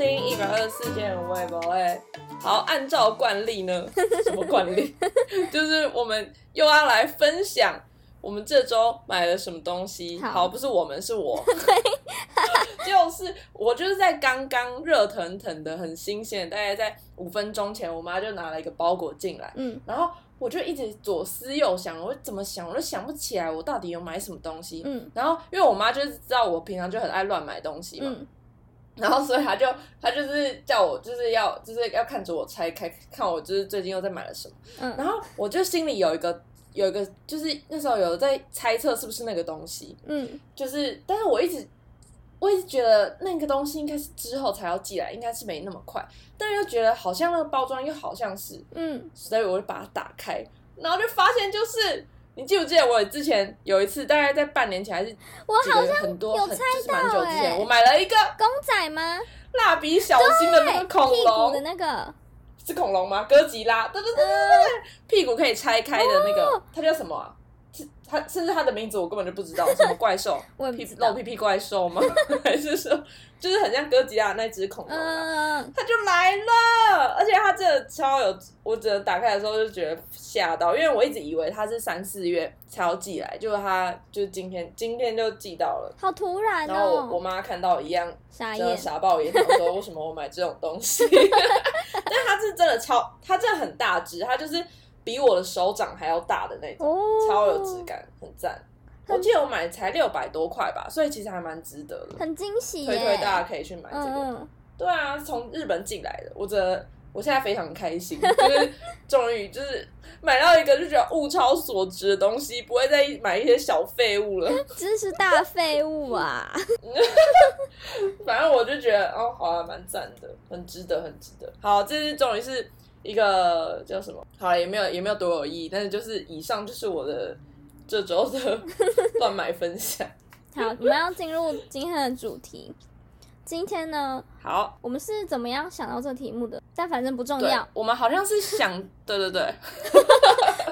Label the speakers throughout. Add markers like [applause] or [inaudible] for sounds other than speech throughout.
Speaker 1: 的事件我也不会。哎好，按照惯例呢， [laughs] 什么惯例？ [laughs] 就是我们又要来分享我们这周买了什么东西。
Speaker 2: 好
Speaker 1: 好，不是我们，是
Speaker 2: [laughs]
Speaker 1: 我。呃就是我就是在刚刚热腾腾的、很新鲜，大概在五分钟前，我妈就拿了一个包裹进来，
Speaker 2: 嗯，
Speaker 1: 然后我就一直左思右想，我怎么想我都想不起来我到底有买什么东西。
Speaker 2: 嗯
Speaker 1: 然后因为我妈就是知道我平常就很爱乱买东西嘛，
Speaker 2: 嗯，
Speaker 1: 然后所以她就她就是叫我就是要就是要看着我拆开，看我就是最近又在买了什么。
Speaker 2: 嗯
Speaker 1: 然后我就心里有一个有一个就是那时候有在猜测是不是那个东西，
Speaker 2: 嗯
Speaker 1: 就是但是我一直。我一直觉得那个东西应该是之后才要寄来，应该是没那么快，但又觉得好像那个包装又好像是，
Speaker 2: 嗯
Speaker 1: 所以我就把它打开，然后就发现就是，你记不记得我之前有一次，大概在半年前还是
Speaker 2: 我
Speaker 1: 几
Speaker 2: 好
Speaker 1: 个很多
Speaker 2: 有
Speaker 1: 很
Speaker 2: 猜
Speaker 1: 就是蛮久
Speaker 2: 到
Speaker 1: 之
Speaker 2: 欸
Speaker 1: 前，我买了一个
Speaker 2: 公仔吗？
Speaker 1: 蜡笔小新的那个恐
Speaker 2: 屁股的
Speaker 1: 龙，
Speaker 2: 那个，？
Speaker 1: 是恐龙吗？哥吉拉，对对对对对，对屁股可以拆开的那个，它叫什么啊？是它甚至它的名字我根本就不知道，什么怪兽
Speaker 2: [laughs] 我也不
Speaker 1: 屁
Speaker 2: 知道
Speaker 1: 露屁屁怪兽
Speaker 2: [laughs]
Speaker 1: 吗？还是说就是很像哥吉拉那只恐龙啊？
Speaker 2: 嗯，
Speaker 1: 他就来了，而且他真的超有，我只能打开的时候就觉得吓到，因为我一直以为他是三四月才要寄来，结果他就今天今天就寄到了。
Speaker 2: 好突然
Speaker 1: 然后我我
Speaker 2: 哦，
Speaker 1: 妈看到一样，
Speaker 2: 傻
Speaker 1: 真的
Speaker 2: 眼，
Speaker 1: 傻爆眼，想说为什么我买这种东
Speaker 2: [laughs]
Speaker 1: 西？但它是真的超，它真的很大只，它就是比我的手掌还要大的那种，
Speaker 2: 哦，
Speaker 1: 超有质，感，很赞。我记得我买才六百多块吧，所以其实还蛮值得的。
Speaker 2: 很惊喜耶，
Speaker 1: 推推大家可以去买这个。
Speaker 2: 嗯嗯，
Speaker 1: 对啊，从日本进来的，我真的，我现在非常开心，就是终于就是买到一个就觉得物超所值的东西，不会再买一些小废物了。
Speaker 2: 嗯知识大废物啊，
Speaker 1: 反正我就觉得，哦，好啊，蛮赞的，很值得，很值得。好，这次终于是一个叫什么？好了，也没有也没有多有意义，但是就是以上就是我的这周的乱买分享。
Speaker 2: 好，我们要进入今天的主题。今天呢，
Speaker 1: 好，
Speaker 2: 我们是怎么样想到这个题目的？但反正不重
Speaker 1: 对
Speaker 2: 要，，
Speaker 1: 我们好像是想，对对对，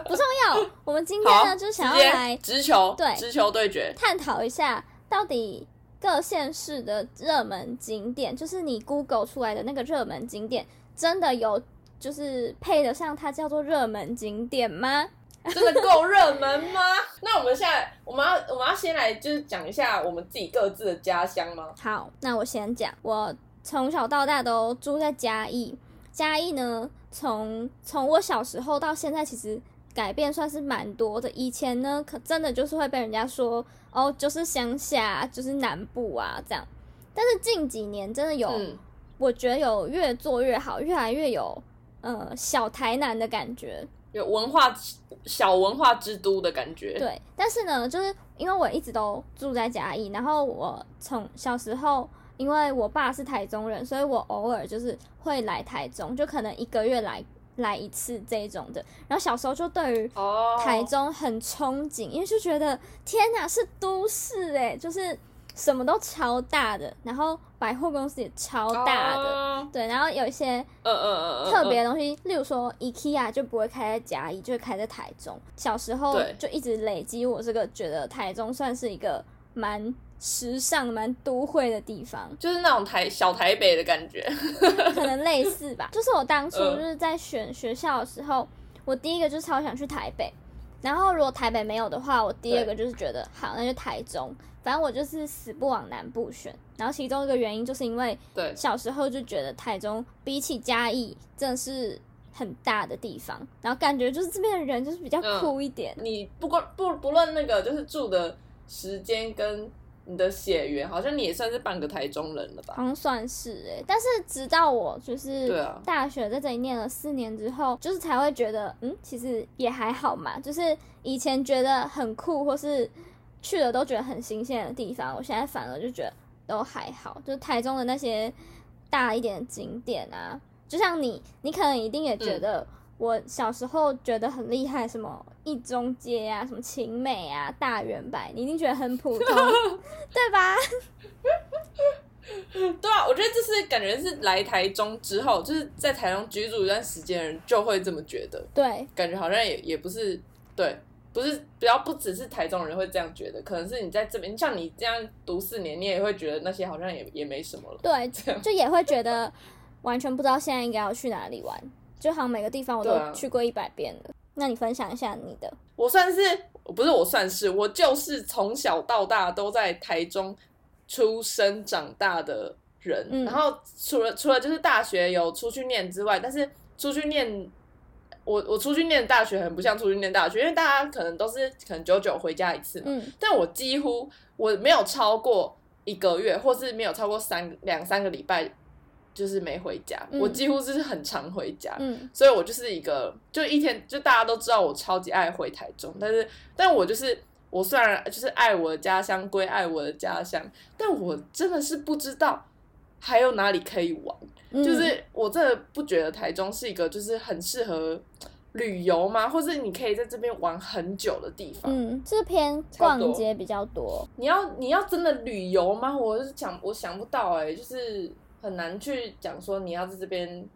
Speaker 2: 不重要。我们今天
Speaker 1: 好，
Speaker 2: 呢，就是 [laughs] 想
Speaker 1: 直接
Speaker 2: 要来
Speaker 1: 直球，
Speaker 2: 对
Speaker 1: 直球对决，
Speaker 2: 探讨一下，到底各县市的热门景点，就是你 Google 出来的那个热门景点，真的有就是配得上它叫做热门景点吗？
Speaker 1: 真的够热门吗？ [laughs] 那我们现在我们要我们要先来就是讲一下我们自己各自的家乡吗？
Speaker 2: 好，那我先讲，我从小到大都住在嘉义。嘉义呢，从从我小时候到现在，其实改变算是蛮多的。以前呢，可真的就是会被人家说哦，就是乡下，就是南部啊这样。但是近几年真的有，
Speaker 1: 嗯，
Speaker 2: 我觉得有越做越好，越来越有呃小台南的感觉。
Speaker 1: 有文化小文化之都的感觉。，
Speaker 2: 对，但是呢，就是因为我一直都住在嘉义，然后我从小时候，因为我爸是台中人，所以我偶尔就是会来台中，就可能一个月来来一次这一种的。然后小时候就对于
Speaker 1: 哦，
Speaker 2: 台中很憧憬，因为就觉得天哪，是都市哎、就是什么都超大的，然后百货公司也超大的。
Speaker 1: 哦
Speaker 2: 对，然后有一些
Speaker 1: 嗯嗯嗯嗯，嗯
Speaker 2: 特别的东西，例如说 IKEA 就不会开在嘉义，就会开在台中。小时候
Speaker 1: 对，
Speaker 2: 就一直累积我这个觉得台中算是一个蛮时尚、蛮都会的地方
Speaker 1: [laughs] 就是那种台小台北的感
Speaker 2: [laughs]
Speaker 1: 觉。
Speaker 2: 可能类似吧。就是我当初
Speaker 1: 嗯
Speaker 2: 就是在选学校的时候，我第一个就是超想去台北，然后如果台北没有的话，我第二个就是觉得好，那就台中。反正我就是死不往南部选，然后其中一个原因就是因为
Speaker 1: 对，
Speaker 2: 小时候就觉得台中比起嘉义真的是很大的地方，然后感觉就是这边的人就是比较
Speaker 1: 嗯
Speaker 2: 酷一点，
Speaker 1: 你不光不不论那个就是住的时间跟你的血缘，好像你也算是半个台中人了吧？
Speaker 2: 好像算是哎、但是直到我就
Speaker 1: 对
Speaker 2: 是
Speaker 1: 啊
Speaker 2: 大学在这里念了四年之后，就是才会觉得嗯，其实也还好嘛，就是以前觉得很酷或是去了都觉得很新鲜的地方，我现在反而就觉得都还好，就是台中的那些大一点的景点啊，就像你，你可能一定也觉
Speaker 1: 嗯
Speaker 2: 得我小时候觉得很厉害，什么一中街啊，什么晴美啊，大圆柏，你一定觉得
Speaker 1: [laughs]
Speaker 2: 很普通，对吧？嗯
Speaker 1: 对啊，我觉得这是感觉是来台中之后，就是在台中居住一段时间的人就会这么觉得。
Speaker 2: 对，
Speaker 1: 感觉好像也也不是对，不是比较不只是台中人会这样觉得，可能是你在这边，像你这样读四年，你也会觉得那些好像也也没什么了。
Speaker 2: 对，
Speaker 1: 这样
Speaker 2: 就也会觉得完全不知道现在应该要去哪里玩，就好像每个地方我
Speaker 1: 对啊
Speaker 2: 都去过一百遍了。那你分享一下你的，
Speaker 1: 我算是不是我算是我就是从小到大都在台中出生长大的人，
Speaker 2: 嗯
Speaker 1: 然后除了除了就是大学有出去念之外，但是出去念。我我出去念大学很不像出去念大学，因为大家可能都是可能久久回家一次嘛，
Speaker 2: 嗯
Speaker 1: 但我几乎我没有超过一个月，或是没有超过三两三个礼拜，就是没回家。
Speaker 2: 嗯
Speaker 1: 我几乎就是很常回家，
Speaker 2: 嗯
Speaker 1: 所以我就是一个就一天就大家都知道我超级爱回台中，但是但我就是我虽然就是爱我的家乡归爱我的家乡，但我真的是不知道还有哪里可以玩。
Speaker 2: 嗯，
Speaker 1: 就是我真的不觉得台中是一个就是很适合旅游吗？或是你可以在这边玩很久的地方？
Speaker 2: 嗯，这篇
Speaker 1: 差不多
Speaker 2: 逛街比较多，
Speaker 1: 你要你要真的旅游吗？我是想我想不到哎、就是很难去讲说你要在这边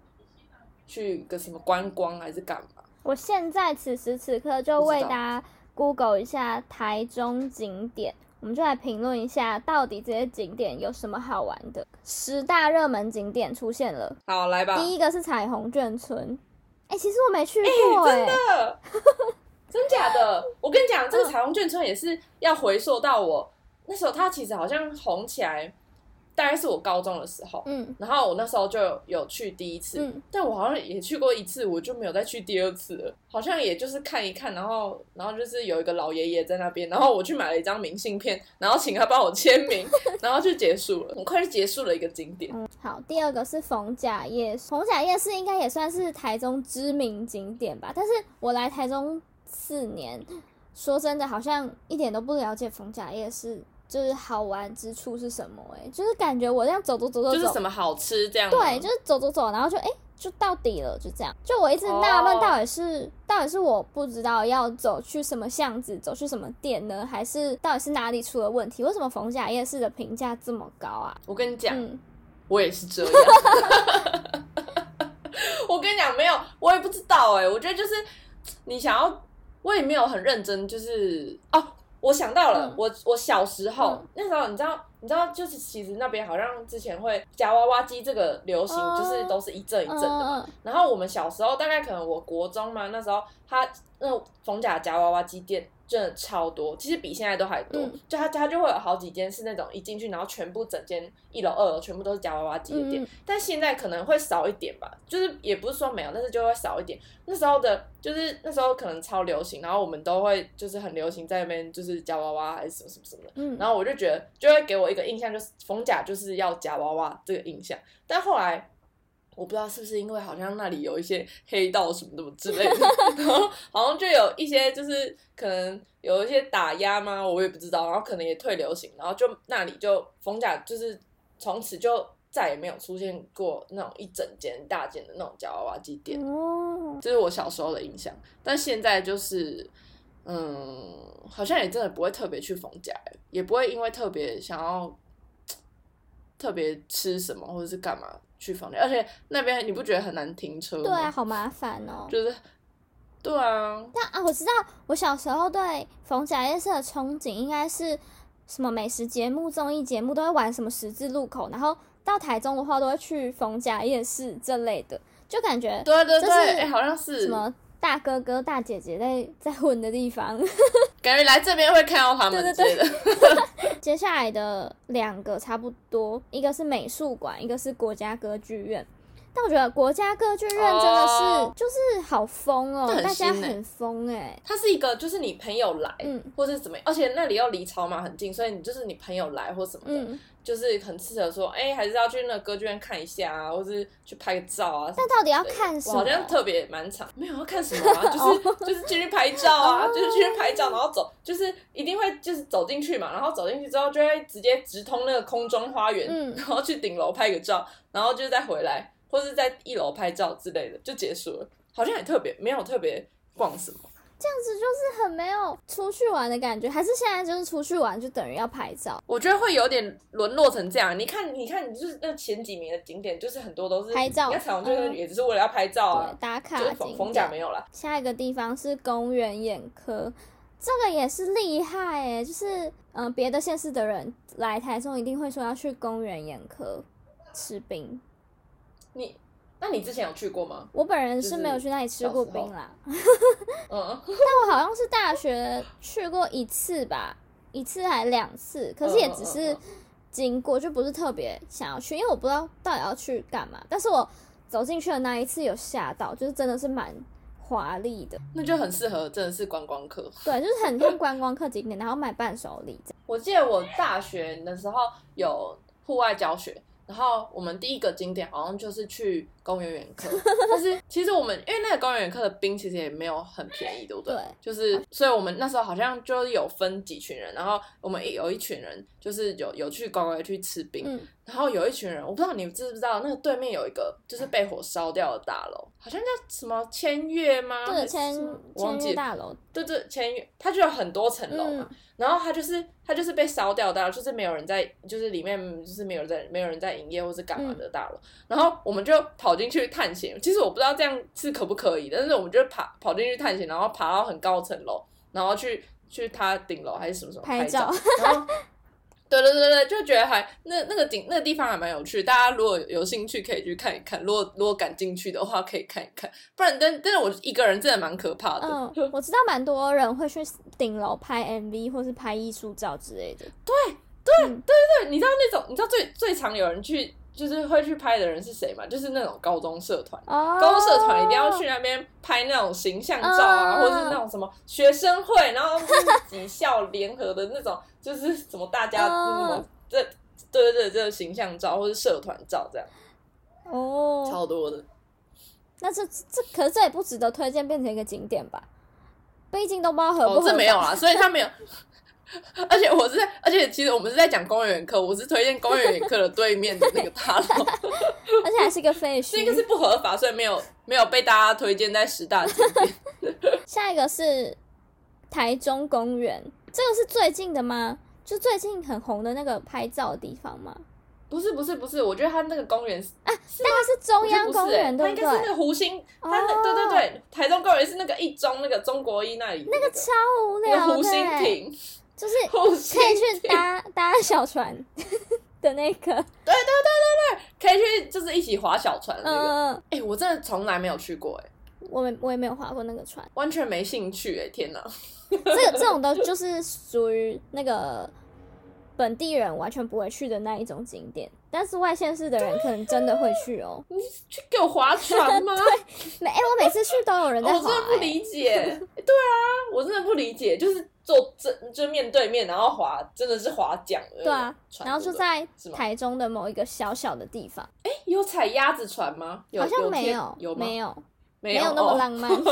Speaker 1: 去个什么观光还是干嘛？
Speaker 2: 我现在此时此刻就为大家 Google 一下台中景点，我们就来评论一下到底这些景点有什么好玩的。十大热门景点出现了，
Speaker 1: 好，来吧，
Speaker 2: 第一个是彩虹眷村，哎、其实我没去过、哎、
Speaker 1: 真假的？
Speaker 2: 嗯
Speaker 1: 我跟你讲，这个彩虹眷村也是要回溯到我那时候，它其实好像红起来，大概是我高中的时候。
Speaker 2: 嗯
Speaker 1: 然后我那时候就有去第一次，
Speaker 2: 嗯
Speaker 1: 但我好像也去过一次，我就没有再去第二次了。好像也就是看一看，然后然后就是有一个老爷爷在那边，然后我去买了一张明信片，然后请他帮我签名，
Speaker 2: [laughs]
Speaker 1: 然后就结束了，很快就结束了一个景点。
Speaker 2: 嗯，好，第二个是逢甲夜市，逢甲夜市应该也算是台中知名景点吧，但是我来台中四年，说真的，好像一点都不了解逢甲夜市。就是好玩之处是什么、欸？哎，就是感觉我这样走走走走走，
Speaker 1: 就是什么好吃这样吗？
Speaker 2: 对，就是走走走，然后就哎、诶就到底了，就这样。就我一直纳闷，
Speaker 1: 哦
Speaker 2: 到底是、到底是我不知道要走去什么巷子，走去什么店呢？还是到底是哪里出了问题？为什么逢甲夜市的评价这么高啊？
Speaker 1: 我跟你讲，
Speaker 2: 嗯，
Speaker 1: 我也是这样。 [laughs] 我跟你讲，没有，我也不知道哎、我觉得就是你想要，我也没有很认真，就是哦，我想到了，
Speaker 2: 嗯
Speaker 1: 我我小时候、
Speaker 2: 嗯
Speaker 1: 那时候，你知道，你知道，就是其实那边好像之前会夹娃娃机这个流行，
Speaker 2: 哦
Speaker 1: 就是都是一阵一阵的嘛。
Speaker 2: 嗯嗯
Speaker 1: 然后我们小时候，大概可能我国中嘛，那时候他那逢甲夹娃娃机店真的超多，其实比现在都还多。
Speaker 2: 嗯
Speaker 1: 就他他就会有好几间是那种一进去，然后全部整间一楼、二楼全部都是夹娃娃机的店，
Speaker 2: 嗯嗯
Speaker 1: 但现在可能会少一点吧，就是也不是说没有，但是就会少一点。那时候的，就是那时候可能超流行，然后我们都会就是很流行在那边就是夹娃娃还是什么什么什么的。
Speaker 2: 嗯，
Speaker 1: 然后我就觉得，就会给我一个印象，就是逢甲就是要夹娃娃这个印象。但后来我不知道是不是因为好像那里有一些黑道什么的之类的，然后好像就有一些就是可能有一些打压嘛，我也不知道。然后可能也退流行，然后就那里就逢甲就是从此就再也没有出现过那种一整间大间的那种夹娃娃机店。
Speaker 2: 哦，
Speaker 1: 这是我小时候的印象，但现在就是，嗯，好像也真的不会特别去逢甲，也不会因为特别想要特别吃什么或者是干嘛去逢甲，而且那边你不觉得很难停车吗？
Speaker 2: 对啊，好麻烦哦。
Speaker 1: 就是，对啊，
Speaker 2: 但啊，我知道我小时候对逢甲夜市的憧憬应该是什么美食节目、综艺节目都会玩什么十字路口，然后到台中的话都会去逢甲夜市这类的，就感觉
Speaker 1: 对对对，
Speaker 2: 这是
Speaker 1: 哎、好像是
Speaker 2: 什么大哥哥、大姐姐在 [laughs] 在混的地方。 [laughs]
Speaker 1: 感觉来这边会看到他们
Speaker 2: 对
Speaker 1: 之
Speaker 2: 对
Speaker 1: 类的。
Speaker 2: 接下来的两个差不多，一个是美术馆，一个是国家歌剧院。但我觉得国家歌剧院真的是、
Speaker 1: 哦
Speaker 2: 就是好疯哦
Speaker 1: 这，很
Speaker 2: 大家
Speaker 1: 新欸
Speaker 2: 很疯哎、
Speaker 1: [laughs] 它是一个，就是你朋友来，
Speaker 2: 嗯
Speaker 1: 或是怎么样，而且那里又离草马很近，所以你就是你朋友来或什么的，
Speaker 2: 嗯，
Speaker 1: 就是很适合说，哎、还是要去那个歌剧院看一下啊，或是去拍个照啊。
Speaker 2: 但到底要看什
Speaker 1: 我
Speaker 2: 么
Speaker 1: 好？像特别蛮长， [laughs] 没有要看什么啊，就是就是进去拍照啊，就是进去拍照，然后走，就是一定会就是走进去嘛，然后走进去之后就会直接直通那个空中花园，
Speaker 2: 嗯
Speaker 1: 然后去顶楼拍个照，然后就再回来，或是在一楼拍照之类的，就结束了。好像也特别没有特别逛什么，
Speaker 2: 这样子就是很没有出去玩的感觉，还是现在就是出去玩就等于要拍照，
Speaker 1: 我觉得会有点沦落成这样。你看，你看，你就是那前几名的景点，就是很多都是
Speaker 2: 拍照
Speaker 1: 你看彩虹就是
Speaker 2: 嗯
Speaker 1: 也只是为了要拍照啊
Speaker 2: 对，，打卡
Speaker 1: 就是
Speaker 2: 景
Speaker 1: 逢逢
Speaker 2: 点
Speaker 1: 甲没有啦，
Speaker 2: 下一个地方是公园眼科，这个也是厉害诶，就是嗯，呃别、的县市的人来台中一定会说要去公园眼科吃冰，
Speaker 1: 你那你之前有去过吗？
Speaker 2: 我本人是没有去那里吃过
Speaker 1: 就是小
Speaker 2: 槟
Speaker 1: 时
Speaker 2: 榔，
Speaker 1: 嗯，
Speaker 2: 但我好像是大学去过一次吧，一次还两次，可是也
Speaker 1: 嗯嗯
Speaker 2: 只
Speaker 1: 嗯
Speaker 2: 是
Speaker 1: 嗯
Speaker 2: 经过，就不是特别想要去，因为我不知道到底要去干嘛。但是我走进去的那一次有吓到，就是真的是蛮华丽
Speaker 1: [laughs]
Speaker 2: 的，
Speaker 1: [laughs] 那就很适合真的是观光客。
Speaker 2: 对，就是很像观光客景点，然后买伴手礼这样。
Speaker 1: 我记得我大学的时候有户外教学，然后我们第一个景点好像就是去公园园
Speaker 2: [laughs]
Speaker 1: 科，但是其实我们因为那个公园园科的冰其实也没有很便宜，对不对？
Speaker 2: 对
Speaker 1: 就是所以我们那时候好像就是有分几群人，然后我们一有一群人就是有有去乖乖去吃冰，
Speaker 2: 嗯，
Speaker 1: 然后有一群人，我不知道你知不知道，那个对面有一个就是被火烧掉的大楼，好像叫什么千月吗？
Speaker 2: 对，
Speaker 1: 还嗯是
Speaker 2: 千
Speaker 1: 什么我忘
Speaker 2: 千
Speaker 1: 记
Speaker 2: 月
Speaker 1: 了
Speaker 2: 大楼，
Speaker 1: 对对，前院它就有很多层楼
Speaker 2: 嗯
Speaker 1: 嘛，然后它就是它就是被烧掉的大楼，就是没有人在，就是里面就是没有人在没有人在营业或是干
Speaker 2: 嗯
Speaker 1: 嘛的大楼，然后我们就跑进去探险。其实我不知道这样是可不可以，但是我们就爬跑进去探险，然后爬到很高层楼，然后去去它顶楼还是什么什么
Speaker 2: 拍
Speaker 1: 拍照，
Speaker 2: 照
Speaker 1: 然
Speaker 2: [laughs]
Speaker 1: 后。对对对对，就觉得还那那个景那个地方还蛮有趣，大家如果有兴趣可以去看一看，如果如果敢进去的话可以看一看，不然但但是我一个人真的蛮可怕的。
Speaker 2: 嗯，我知道蛮多人会去顶楼拍 MV 或是拍艺术照之类的。
Speaker 1: 对， [laughs] 你知道那种，你知道最最常有人去，就是会去拍的人是谁吗？就是那种高中社团。
Speaker 2: 哦，
Speaker 1: 高中社团一定要去那边拍那种形象照啊，
Speaker 2: 嗯
Speaker 1: 或者是那种什么学生会，然后就是几校联合的那种，就是什么大家
Speaker 2: 嗯
Speaker 1: 什么这对对对，这个形象照或者社团照这样，
Speaker 2: 哦，
Speaker 1: 超多的。
Speaker 2: 那这这可是这也不值得推荐变成一个景点吧？毕竟都不知道合不合
Speaker 1: 哦，
Speaker 2: 法、
Speaker 1: 这没有啦，所以他没有。而且我是在，而且其实我们是在讲公园课，我是推荐公园课的对面的那个
Speaker 2: [laughs]
Speaker 1: 大楼。
Speaker 2: 而且还是一个废墟。
Speaker 1: [laughs] 这个是不合法，所以没有没有被大家推荐在十大景点。
Speaker 2: 下一个是台中公园，这个是最近的吗？就最近很红的那个拍照的地方吗？
Speaker 1: 不是不是不是，我觉得它那个公园是
Speaker 2: 那个是中央公园，
Speaker 1: 我觉得
Speaker 2: 对
Speaker 1: 不是欸它应该是
Speaker 2: 不
Speaker 1: 那
Speaker 2: 对？
Speaker 1: 个湖心，它
Speaker 2: 哦
Speaker 1: 那、对对对，台中公园是那个一中那个中国一那里的那
Speaker 2: 那个超哦无
Speaker 1: 那
Speaker 2: 聊
Speaker 1: 个湖
Speaker 2: 的
Speaker 1: 心
Speaker 2: 欸，
Speaker 1: 亭，
Speaker 2: 就是
Speaker 1: 湖
Speaker 2: 可
Speaker 1: 心
Speaker 2: 以去搭搭小船 [laughs] 的那个，
Speaker 1: 可以去就是一起划小船的那个。哎、
Speaker 2: 嗯，
Speaker 1: 我真的从来没有去过、哎，
Speaker 2: 我没我也没有划过那个船。
Speaker 1: 完全没兴趣、哎，
Speaker 2: [laughs]
Speaker 1: 天哪！
Speaker 2: 这这种都就是属于那个本地人完全不会去的那一种景点，但是外县市的人可能真的会
Speaker 1: [laughs]
Speaker 2: 去哦。
Speaker 1: 去给我划船吗？哦
Speaker 2: 每哎、我每次去都有人在
Speaker 1: 我真
Speaker 2: 滑、
Speaker 1: 的不
Speaker 2: 欸，
Speaker 1: 理解、哎对啊，我真的不理解，就是坐正就面对面，然后划真的是划桨的那种
Speaker 2: 对啊，
Speaker 1: 船
Speaker 2: 然后
Speaker 1: 对
Speaker 2: 就
Speaker 1: 不对
Speaker 2: 在
Speaker 1: 是吗
Speaker 2: 台中的某一个小小的地方，
Speaker 1: 有踩鸭子船吗？有
Speaker 2: 好像
Speaker 1: 有
Speaker 2: 没
Speaker 1: 贴
Speaker 2: 有，
Speaker 1: 有吗
Speaker 2: 没有，
Speaker 1: 没
Speaker 2: 没有那么
Speaker 1: 哦
Speaker 2: 浪
Speaker 1: [laughs]
Speaker 2: 漫 [laughs]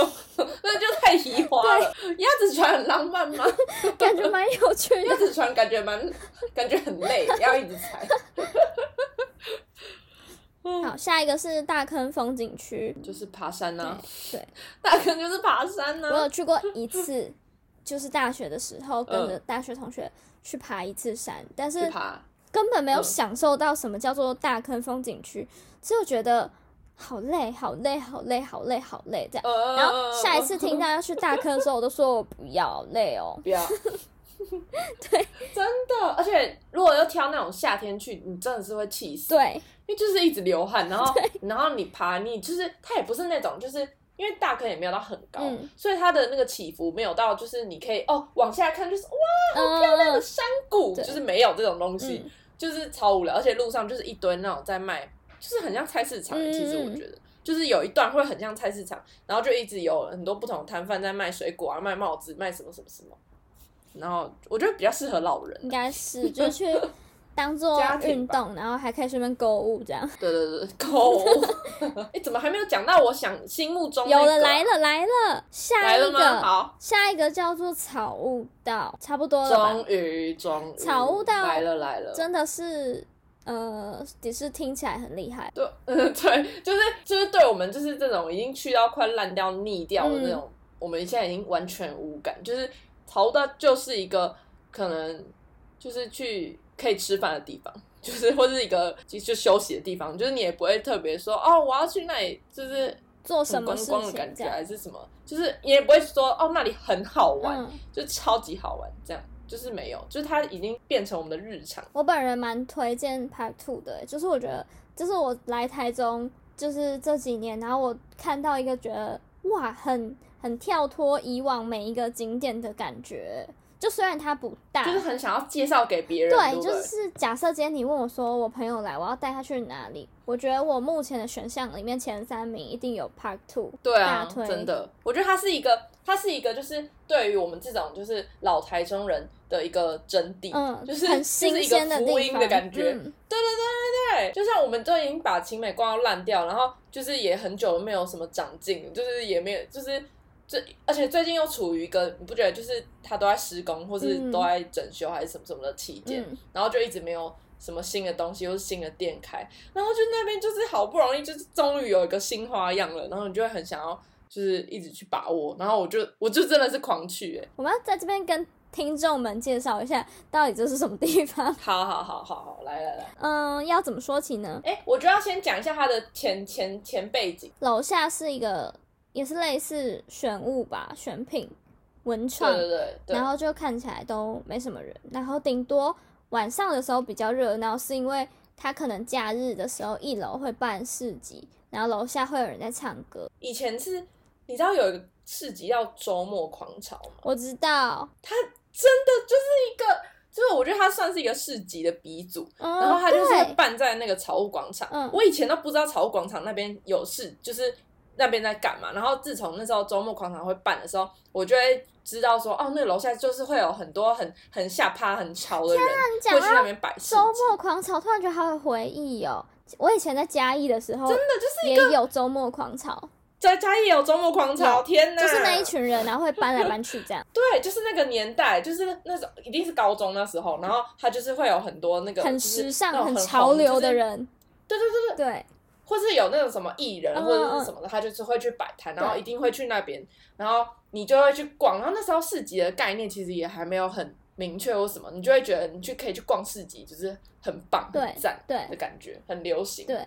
Speaker 1: 那就太移花了。鸭子船很浪漫吗？ [laughs]
Speaker 2: 感觉蛮有趣
Speaker 1: 鸭 [laughs]
Speaker 2: 的。
Speaker 1: 子船感觉蛮，感觉很 [laughs] 累，要一直踩。
Speaker 2: 好，下一个是大坑风景区，
Speaker 1: 就是爬山呐、啊，
Speaker 2: 对对，
Speaker 1: 大坑就是爬山
Speaker 2: 我
Speaker 1: 呐、啊
Speaker 2: 有。去过一次，就是大学的时候跟
Speaker 1: 嗯
Speaker 2: 着大学同学去爬一次山，但
Speaker 1: 去
Speaker 2: 是
Speaker 1: 爬，
Speaker 2: 根本没有
Speaker 1: 嗯
Speaker 2: 享受到什么叫做大坑风景区，只有觉得好累、好累、好累、好累、好累这样。
Speaker 1: 呃，
Speaker 2: 然后下一次听到要去大坑的时候，我都说我不要，好累哦。
Speaker 1: 不要。 [laughs] 对，真的，而且如果要挑那种夏天去，你真的是会气死。
Speaker 2: 对，
Speaker 1: 因为就是一直流汗，然后然后你爬，你就是它也不是那种，就是因为大坑也没有到很高，
Speaker 2: 嗯
Speaker 1: 所以它的那个起伏没有到，就是你可以哦往下看就是哇
Speaker 2: 嗯，
Speaker 1: 那个山谷，
Speaker 2: 对
Speaker 1: 就是没有这种东西，
Speaker 2: 嗯
Speaker 1: 就是超无聊，而且路上就是一堆那种在卖，就是很像菜市场。
Speaker 2: 嗯
Speaker 1: 其实我觉得。就是有一段会很像菜市场，然后就一直有很多不同的摊贩在卖水果啊、卖帽子、卖什么什么什么，然后我觉得比较适合老人
Speaker 2: [laughs] 应。该是就是去当做
Speaker 1: 家庭
Speaker 2: 运动，然后还可以顺便购物这样。
Speaker 1: 对对对，狗。 [laughs] 哎、怎么还没有讲到我想心目中、那
Speaker 2: 有
Speaker 1: 个
Speaker 2: 了，来了，来了，下
Speaker 1: 来
Speaker 2: 一
Speaker 1: 了吗？
Speaker 2: 个，
Speaker 1: 好，
Speaker 2: 下一个叫做草悟道，差不多了吧？
Speaker 1: 终于终于
Speaker 2: 草悟道
Speaker 1: 来了来了，
Speaker 2: 真的是，呃，只是听起来很厉害。
Speaker 1: 对， [laughs] 嗯，对，就是就是对我们就是这种已经去到快烂掉、腻掉
Speaker 2: 嗯
Speaker 1: 的那种，我们现在已经完全无感。就是潮到就是一个可能就是去可以吃饭的地方，就是或是一个就就休息的地方，就是你也不会特别说哦，我要去那里，就是
Speaker 2: 做什
Speaker 1: 很
Speaker 2: 么
Speaker 1: 观
Speaker 2: 事
Speaker 1: 光的
Speaker 2: 情
Speaker 1: 感
Speaker 2: 这
Speaker 1: 觉
Speaker 2: 样
Speaker 1: 还是什么，就是你也不会说哦那里很好玩，
Speaker 2: 嗯，
Speaker 1: 就超级好玩这样。就是没有，就是它已经变成我们的日常。
Speaker 2: 我本人蛮推荐 Part Two 的，就是我觉得这是我来台中就是这几年，然后我看到一个觉得哇，很很跳脱以往每一个景点的感觉。就虽然它不大，
Speaker 1: 就是很想要介绍给别人，对
Speaker 2: 啊对，
Speaker 1: 不
Speaker 2: 就
Speaker 1: 对，
Speaker 2: 是假设今天你问我说，我朋友来，我要带他去哪里？我觉得我目前的选项里面前三名一定有 Park Two，
Speaker 1: 对啊
Speaker 2: 大，推
Speaker 1: 真的，我觉得它是一个，它是一个，就是对于我们这种就是老台中人的一个真谛，
Speaker 2: 嗯，
Speaker 1: 就是
Speaker 2: 很
Speaker 1: 就是
Speaker 2: 新
Speaker 1: 一个
Speaker 2: 鲜的
Speaker 1: 福
Speaker 2: 地
Speaker 1: 音
Speaker 2: 方
Speaker 1: 的感觉，
Speaker 2: 嗯
Speaker 1: 对，就像我们都已经把晴美逛到烂掉，然后就是也很久没有什么长进，就是也没有，就是最而且最近又处于一个你不觉得就是它都在施工或是
Speaker 2: 嗯
Speaker 1: 都在整修还是什么什么的期间，
Speaker 2: 嗯，
Speaker 1: 然后就一直没有什么新的东西或是新的店开，然后就那边就是好不容易就是终于有一个新花样了，然后你就会很想要就是一直去把握，然后我就我就真的是狂去、欸，
Speaker 2: 我们要在这边跟听众们介绍一下，到底这是什么地方？
Speaker 1: 好好好好好，来来来，
Speaker 2: 嗯，要怎么说起呢？
Speaker 1: 哎、我就要先讲一下它的前前前背景。
Speaker 2: 楼下是一个也是类似选物吧，选品
Speaker 1: 对
Speaker 2: 文创，
Speaker 1: 对对，对
Speaker 2: 然后就看起来都没什么人，然后顶多晚上的时候比较热闹，是因为它可能假日的时候一楼会办市集，然后楼下会有人在唱歌。
Speaker 1: 以前是，你知道有一个市集叫周末狂潮吗？
Speaker 2: 我知道，
Speaker 1: 真的就是一个，就是我觉得它算是一个市集的鼻祖。
Speaker 2: 嗯，
Speaker 1: 然后它就是
Speaker 2: 对
Speaker 1: 办在那个草悟广场。
Speaker 2: 嗯
Speaker 1: 我以前都不知道草悟广场那边有事，就是那边在干嘛。然后自从那时候周末广场会办的时候，我就会知道说，哦，那个楼下就是会有很多很很下趴、很潮的人
Speaker 2: 啊你讲
Speaker 1: 会去
Speaker 2: 到
Speaker 1: 那边摆市集。
Speaker 2: 周末狂潮，突然觉得好有回忆哦。我以前在嘉义的时候，
Speaker 1: 真的就是
Speaker 2: 也有周末狂潮，
Speaker 1: 在嘉义有周末狂潮，
Speaker 2: 有
Speaker 1: 天哪！
Speaker 2: 就是那一群人，然后会搬来搬去这样，
Speaker 1: 对，就是那个年代，就是那种一定是高中那时候，然后他就是会有很多那个
Speaker 2: 很
Speaker 1: 就是
Speaker 2: 时
Speaker 1: 那
Speaker 2: 尚、
Speaker 1: 种很
Speaker 2: 潮流的
Speaker 1: 红，
Speaker 2: 人。
Speaker 1: 就是对对对对，
Speaker 2: 对，
Speaker 1: 或是有那种什么艺人
Speaker 2: 嗯
Speaker 1: 或者是什么的，他就是会去摆摊，然后
Speaker 2: 对
Speaker 1: 一定会去那边，然后你就会去逛。然后那时候市集的概念其实也还没有很明确或什么，你就会觉得你去可以去逛市集，就是很棒、
Speaker 2: 对
Speaker 1: 很赞
Speaker 2: 对
Speaker 1: 的感觉，很流行。
Speaker 2: 对。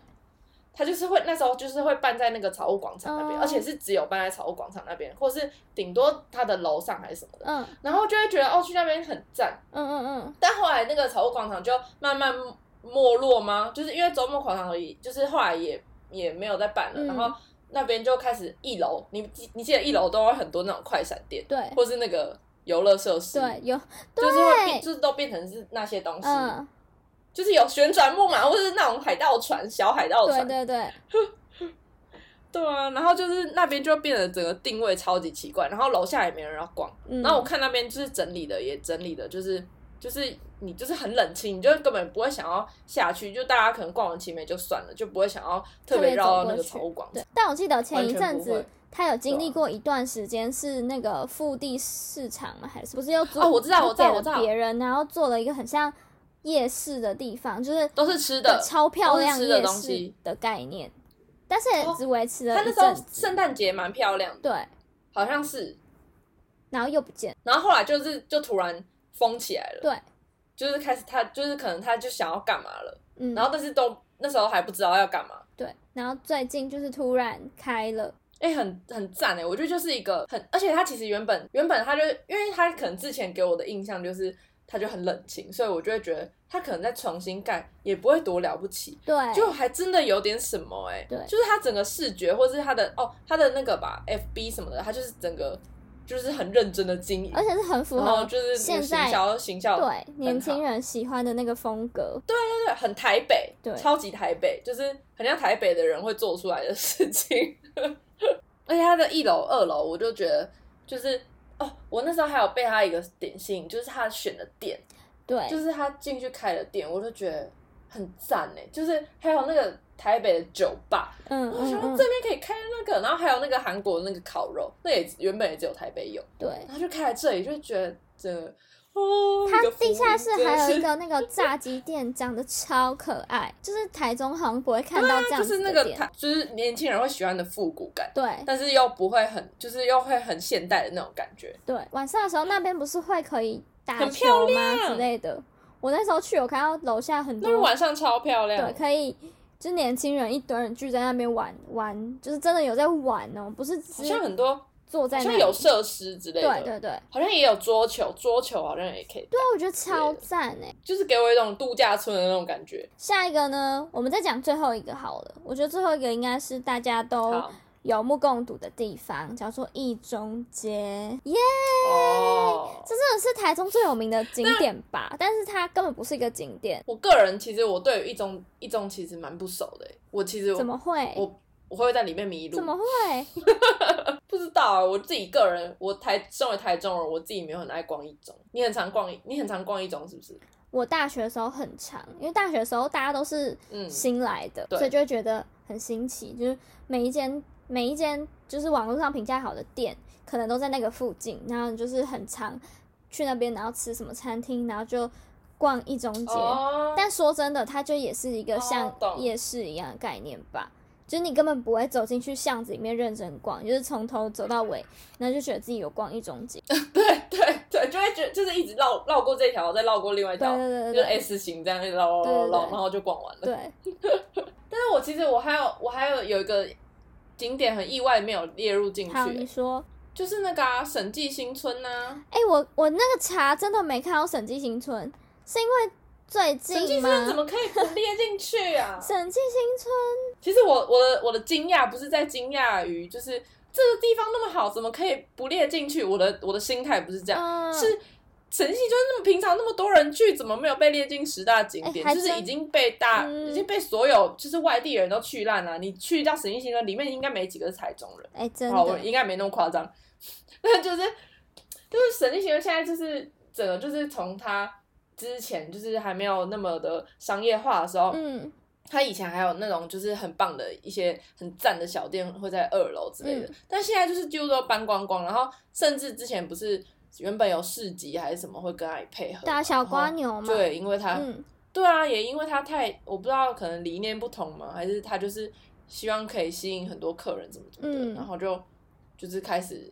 Speaker 1: 他就是会那时候就是会办在那个草屋广场那边，
Speaker 2: 嗯
Speaker 1: 而且是只有办在草屋广场那边，或是顶多他的楼上还是什么的。
Speaker 2: 嗯
Speaker 1: 然后就会觉得哦，去那边很赞。
Speaker 2: 嗯嗯嗯，
Speaker 1: 但后来那个草屋广场就慢慢没落吗？就是因为周末广场也就是后来也也没有在办了，
Speaker 2: 嗯
Speaker 1: 然后那边就开始一楼，你记你记得一楼都会很多那种快闪店，
Speaker 2: 对
Speaker 1: 或是那个游乐设施，
Speaker 2: 对，有
Speaker 1: 就是会变
Speaker 2: 对，
Speaker 1: 就是都变成是那些东西，
Speaker 2: 嗯，
Speaker 1: 就是有旋转木马或是那种海盗船、小海盗
Speaker 2: 对
Speaker 1: 船，
Speaker 2: 对对，
Speaker 1: 对啊，然后就是那边就变得整个定位超级奇怪，然后楼下也没人要逛。
Speaker 2: 嗯，
Speaker 1: 然后我看那边就是整理的也整理的，就是就是你就是很冷清，你就根本不会想要下去，就大家可能逛完奇美就算了，就不会想要特别绕到那个草屋广
Speaker 2: 对
Speaker 1: 场。，
Speaker 2: 但我记得前一
Speaker 1: 完全
Speaker 2: 阵
Speaker 1: 不会
Speaker 2: 子他有经
Speaker 1: 对
Speaker 2: 历
Speaker 1: 啊
Speaker 2: 过一段时间是那个腹地市场吗？还是不是又租？
Speaker 1: 哦我知道
Speaker 2: 又
Speaker 1: 我知道
Speaker 2: 给了
Speaker 1: 我知道
Speaker 2: 别人然后做了一个很像夜市的地方，就是
Speaker 1: 都是吃的
Speaker 2: 超漂亮
Speaker 1: 都是吃的
Speaker 2: 夜
Speaker 1: 东
Speaker 2: 市
Speaker 1: 西
Speaker 2: 的概念，但是也
Speaker 1: 哦
Speaker 2: 只维持
Speaker 1: 他
Speaker 2: 了
Speaker 1: 那
Speaker 2: 一
Speaker 1: 时候
Speaker 2: 阵子，
Speaker 1: 圣诞节蛮漂亮的，
Speaker 2: 对，
Speaker 1: 好像是，
Speaker 2: 然后又不见，
Speaker 1: 然后后来就是就突然封起来了，
Speaker 2: 对，
Speaker 1: 就是开始他就是可能他就想要干嘛了，
Speaker 2: 嗯，
Speaker 1: 然后但是都那时候还不知道要干嘛。
Speaker 2: 对，然后最近就是突然开了，
Speaker 1: 哎、很很赞哎！我觉得就是一个很，而且他其实原本原本他就，因为他可能之前给我的印象就是他就很冷清，所以我就会觉得他可能再重新盖也不会多了不起，
Speaker 2: 对，
Speaker 1: 就还真的有点什么哎、
Speaker 2: 对
Speaker 1: 就是他整个视觉或是他的哦他的那个吧，FB 什么的，他就是整个就是很认真的经营
Speaker 2: 而，且是很符
Speaker 1: 然后
Speaker 2: 合
Speaker 1: 哦就是那
Speaker 2: 现
Speaker 1: 个行
Speaker 2: 在
Speaker 1: 销行销
Speaker 2: 对年
Speaker 1: 好
Speaker 2: 轻人喜欢的那个风格，对，
Speaker 1: 对对，很台北，
Speaker 2: 对
Speaker 1: 超级台北，就是很像台北的人会做出来的事情。 [laughs] 而且它的一楼、二楼，我就觉得就是哦，我那时候还有被他一个点吸引，就是他选的店，
Speaker 2: 哎
Speaker 1: 就是他进去开的店，我就觉得很赞呢。就是还有那个台北的酒吧，
Speaker 2: 嗯
Speaker 1: 我想
Speaker 2: 嗯
Speaker 1: 说
Speaker 2: 嗯
Speaker 1: 这，边可以开那个，然后还有那个韩国的那个烤肉，那也原本也只有台北有，
Speaker 2: 对。
Speaker 1: 然后就开在这里，就觉得真的哦，
Speaker 2: 它
Speaker 1: 一个福
Speaker 2: 地下
Speaker 1: 音
Speaker 2: 室
Speaker 1: 真的
Speaker 2: 还有
Speaker 1: 是
Speaker 2: 一个那个炸鸡店，长得超可
Speaker 1: [laughs]
Speaker 2: 爱，就是台中好像不会看到这样
Speaker 1: 啊就
Speaker 2: 子
Speaker 1: 是那
Speaker 2: 的
Speaker 1: 个
Speaker 2: 店。
Speaker 1: 他，就是年轻人会喜欢的复古感，
Speaker 2: 对
Speaker 1: 但是又不会很，就是又会很现代的那种感觉。
Speaker 2: 对，晚上的时候那边不是会可以打
Speaker 1: 很漂
Speaker 2: 球吗
Speaker 1: 亮
Speaker 2: 之类的？我那时候去，我看到楼下很
Speaker 1: 那个
Speaker 2: 多
Speaker 1: 晚上超漂亮
Speaker 2: 对，，可以就是年轻人一堆人聚在那边玩玩，就是真的有在玩哦，不是
Speaker 1: 好
Speaker 2: 只
Speaker 1: 像很多
Speaker 2: 坐在那
Speaker 1: 像
Speaker 2: 里，
Speaker 1: 有设施之类的，
Speaker 2: 对对对，
Speaker 1: 好像也有桌球，桌球好像也可以，
Speaker 2: 对啊，我觉得超赞哎、
Speaker 1: 就是给我一种度假村的那种感觉。
Speaker 2: 下一个呢，我们再讲最后一个好了。我觉得最后一个应该是大家都
Speaker 1: 好，
Speaker 2: 有目共睹的地方，叫做一中街，耶、
Speaker 1: 哦，
Speaker 2: 这真的是台中最有名的景点吧？但是它根本不是一个景点，
Speaker 1: 我个人其实我对于一中一中其实蛮不熟的，欸我其实
Speaker 2: 怎么会？
Speaker 1: 我我会在里面迷路，
Speaker 2: 怎么会？
Speaker 1: 不知道啊，我自己个人，我台身为台中人，我自己没有很爱逛一中。你很常逛一，你很常逛一中是不是？
Speaker 2: 我大学的时候很长，因为大学的时候大家都是
Speaker 1: 嗯
Speaker 2: 新来的，
Speaker 1: 对
Speaker 2: 所以就会觉得很新奇，就是每一间每一间就是网络上评价好的店，可能都在那个附近，然后你就是很常去那边，然后吃什么餐厅，然后就逛一中街。
Speaker 1: 哦，
Speaker 2: 但说真的，它就也是一个
Speaker 1: 哦
Speaker 2: 像
Speaker 1: 懂
Speaker 2: 夜市一样的概念吧。就是你根本不会走进去巷子里面认真逛，就是从头走到尾，然后就觉得自己有逛一中街。
Speaker 1: 对对对，就会觉得就是一直绕绕过这条，再绕过另外一
Speaker 2: 对
Speaker 1: 条，
Speaker 2: 对对
Speaker 1: 就是
Speaker 2: 对
Speaker 1: S 型这样一直绕绕
Speaker 2: 对对
Speaker 1: 绕
Speaker 2: 对
Speaker 1: 绕，然后就逛完了。
Speaker 2: 对，
Speaker 1: 但是我其实我还有我还有有一个景点很意外没有列入进
Speaker 2: 对好，你
Speaker 1: 去，
Speaker 2: 说，
Speaker 1: 就是那个啊审计新村啊呐、
Speaker 2: 哎、我我那个茶真的没看到审计新村，是因为最
Speaker 1: 审计
Speaker 2: 近
Speaker 1: 新村怎
Speaker 2: 吗？？
Speaker 1: 么可以不列进去啊
Speaker 2: 审计新村，
Speaker 1: 其实我我的我的惊讶不是在惊讶于就是这个地方那么好，怎么可以不列进去？我的我的心态不是这样，
Speaker 2: 嗯，
Speaker 1: 是神系就是那么平常那么多人去，怎么没有被列进十大景点？
Speaker 2: 哎还
Speaker 1: 就
Speaker 2: 真
Speaker 1: 是已经被大、
Speaker 2: 嗯
Speaker 1: 已经被所有就是外地人都去烂了、你去到神系新村里面，应该没几个是台中人，
Speaker 2: 哎、真
Speaker 1: 好，我
Speaker 2: 的，
Speaker 1: 应该没那么夸张。 [laughs] 但就是就是神系新村现在就是整个就是从它之前就是还没有那么的商业化的时候，
Speaker 2: 嗯，
Speaker 1: 它以前还有那种就是很棒的一些很赞的小店会在二楼之类的，
Speaker 2: 嗯
Speaker 1: 但现在就是几乎都搬光光，然后甚至之前不是原本有市集还是什么会跟它配合嘛
Speaker 2: 打小瓜，牛
Speaker 1: 然
Speaker 2: 嘛
Speaker 1: 后，哦对，因为它、
Speaker 2: 嗯，
Speaker 1: 对啊，也因为它太我不知道可能理念不同嘛，还是它就是希望可以吸引很多客人怎么怎么的，
Speaker 2: 嗯
Speaker 1: 然后就就是开始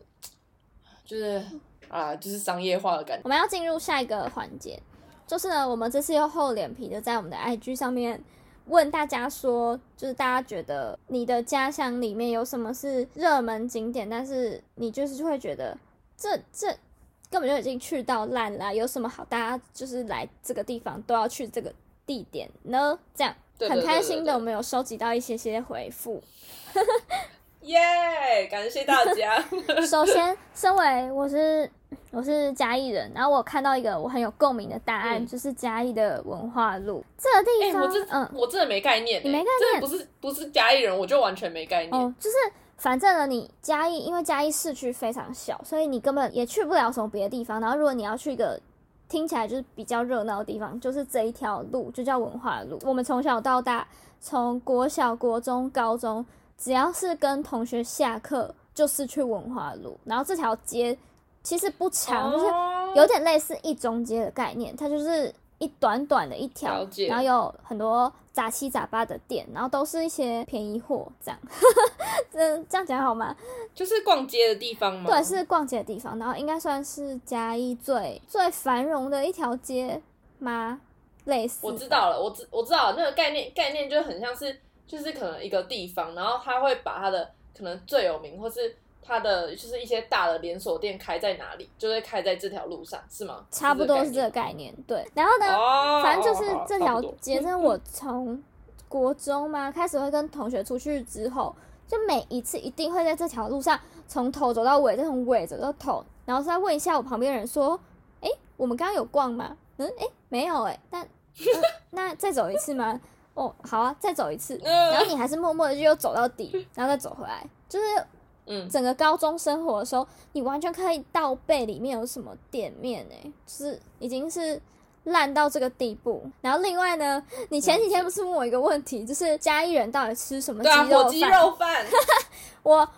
Speaker 1: 就是啊就是商业化的感觉，
Speaker 2: 我们要进入下一个环节，就是呢，我们这次又厚脸皮的在我们的 IG 上面问大家说，就是大家觉得你的家乡里面有什么是热门景点，但是你就是会觉得这这根本就已经去到烂啦，有什么好？大家就是来这个地方都要去这个地点呢？这样
Speaker 1: 对
Speaker 2: 很
Speaker 1: 对
Speaker 2: 开
Speaker 1: 对
Speaker 2: 心
Speaker 1: 对
Speaker 2: 的，
Speaker 1: 对
Speaker 2: 我们有收集到一些些回复。
Speaker 1: 耶感谢大家，
Speaker 2: [laughs] 首先，身为我是我是嘉义人，然后我看到一个我很有共鸣的答案，
Speaker 1: 嗯
Speaker 2: 就是嘉义的文化路这个地
Speaker 1: 哎、
Speaker 2: 方，
Speaker 1: 我这、
Speaker 2: 嗯，
Speaker 1: 我真的没概念、欸，
Speaker 2: 你没概
Speaker 1: 念，真的不是不是嘉义人，我就完全没概念。
Speaker 2: 哦，就是反正呢，你嘉义因为嘉义市区非常小，所以你根本也去不了什么别的地方。然后如果你要去一个听起来就是比较热闹的地方，就是这一条路就叫文化路。我们从小到大，从国小、国中、高中，只要是跟同学下课，就是去文化路。然后这条街其实不长，就是
Speaker 1: 哦
Speaker 2: 有点类似一中街的概念，它就是一短短的一条
Speaker 1: 了，解
Speaker 2: 然后有很多杂七杂八的店，然后都是一些便宜货，这样， [laughs] 这这样讲好吗？
Speaker 1: 就是逛街的地方吗？
Speaker 2: 对，是逛街的地方，然后应该算是嘉义最最繁荣的一条街吗？类似，
Speaker 1: 我知道了，我知我知道了那个概念，概念就很像是就是可能一个地方，然后他会把他的可能最有名或是他的就是一些大的连锁店开在哪里，就会开在这条路上，是吗？
Speaker 2: 差不多是这个
Speaker 1: 个
Speaker 2: 概念，对。然后
Speaker 1: 概
Speaker 2: 呢，
Speaker 1: 念。哦，
Speaker 2: 反正就是
Speaker 1: 哦好
Speaker 2: 这
Speaker 1: 差
Speaker 2: 条
Speaker 1: 不多
Speaker 2: 街，真的我从国中嘛开始会跟同学出去之后，就每一次一定会在这条路上从头走到尾，再从尾走到头，然后再问一下我旁边的人说：“诶，我们刚刚有逛吗？”嗯，诶，没有诶，但、嗯那再走一次吗？哦，好啊，再走
Speaker 1: [laughs]
Speaker 2: 一次。
Speaker 1: 嗯
Speaker 2: 然后你还是默默的就又走到底，然后再走回来，就是
Speaker 1: 嗯，
Speaker 2: 整个高中生活的时候，你完全可以倒背里面有什么店面哎、就是已经是烂到这个地步。然后另外呢，你前几天不是问我一个问题，就是嘉义人到底吃什么鸡
Speaker 1: 对啊，火
Speaker 2: 肉
Speaker 1: 鸡
Speaker 2: 饭？
Speaker 1: 肉
Speaker 2: [laughs]
Speaker 1: 饭，
Speaker 2: 我、我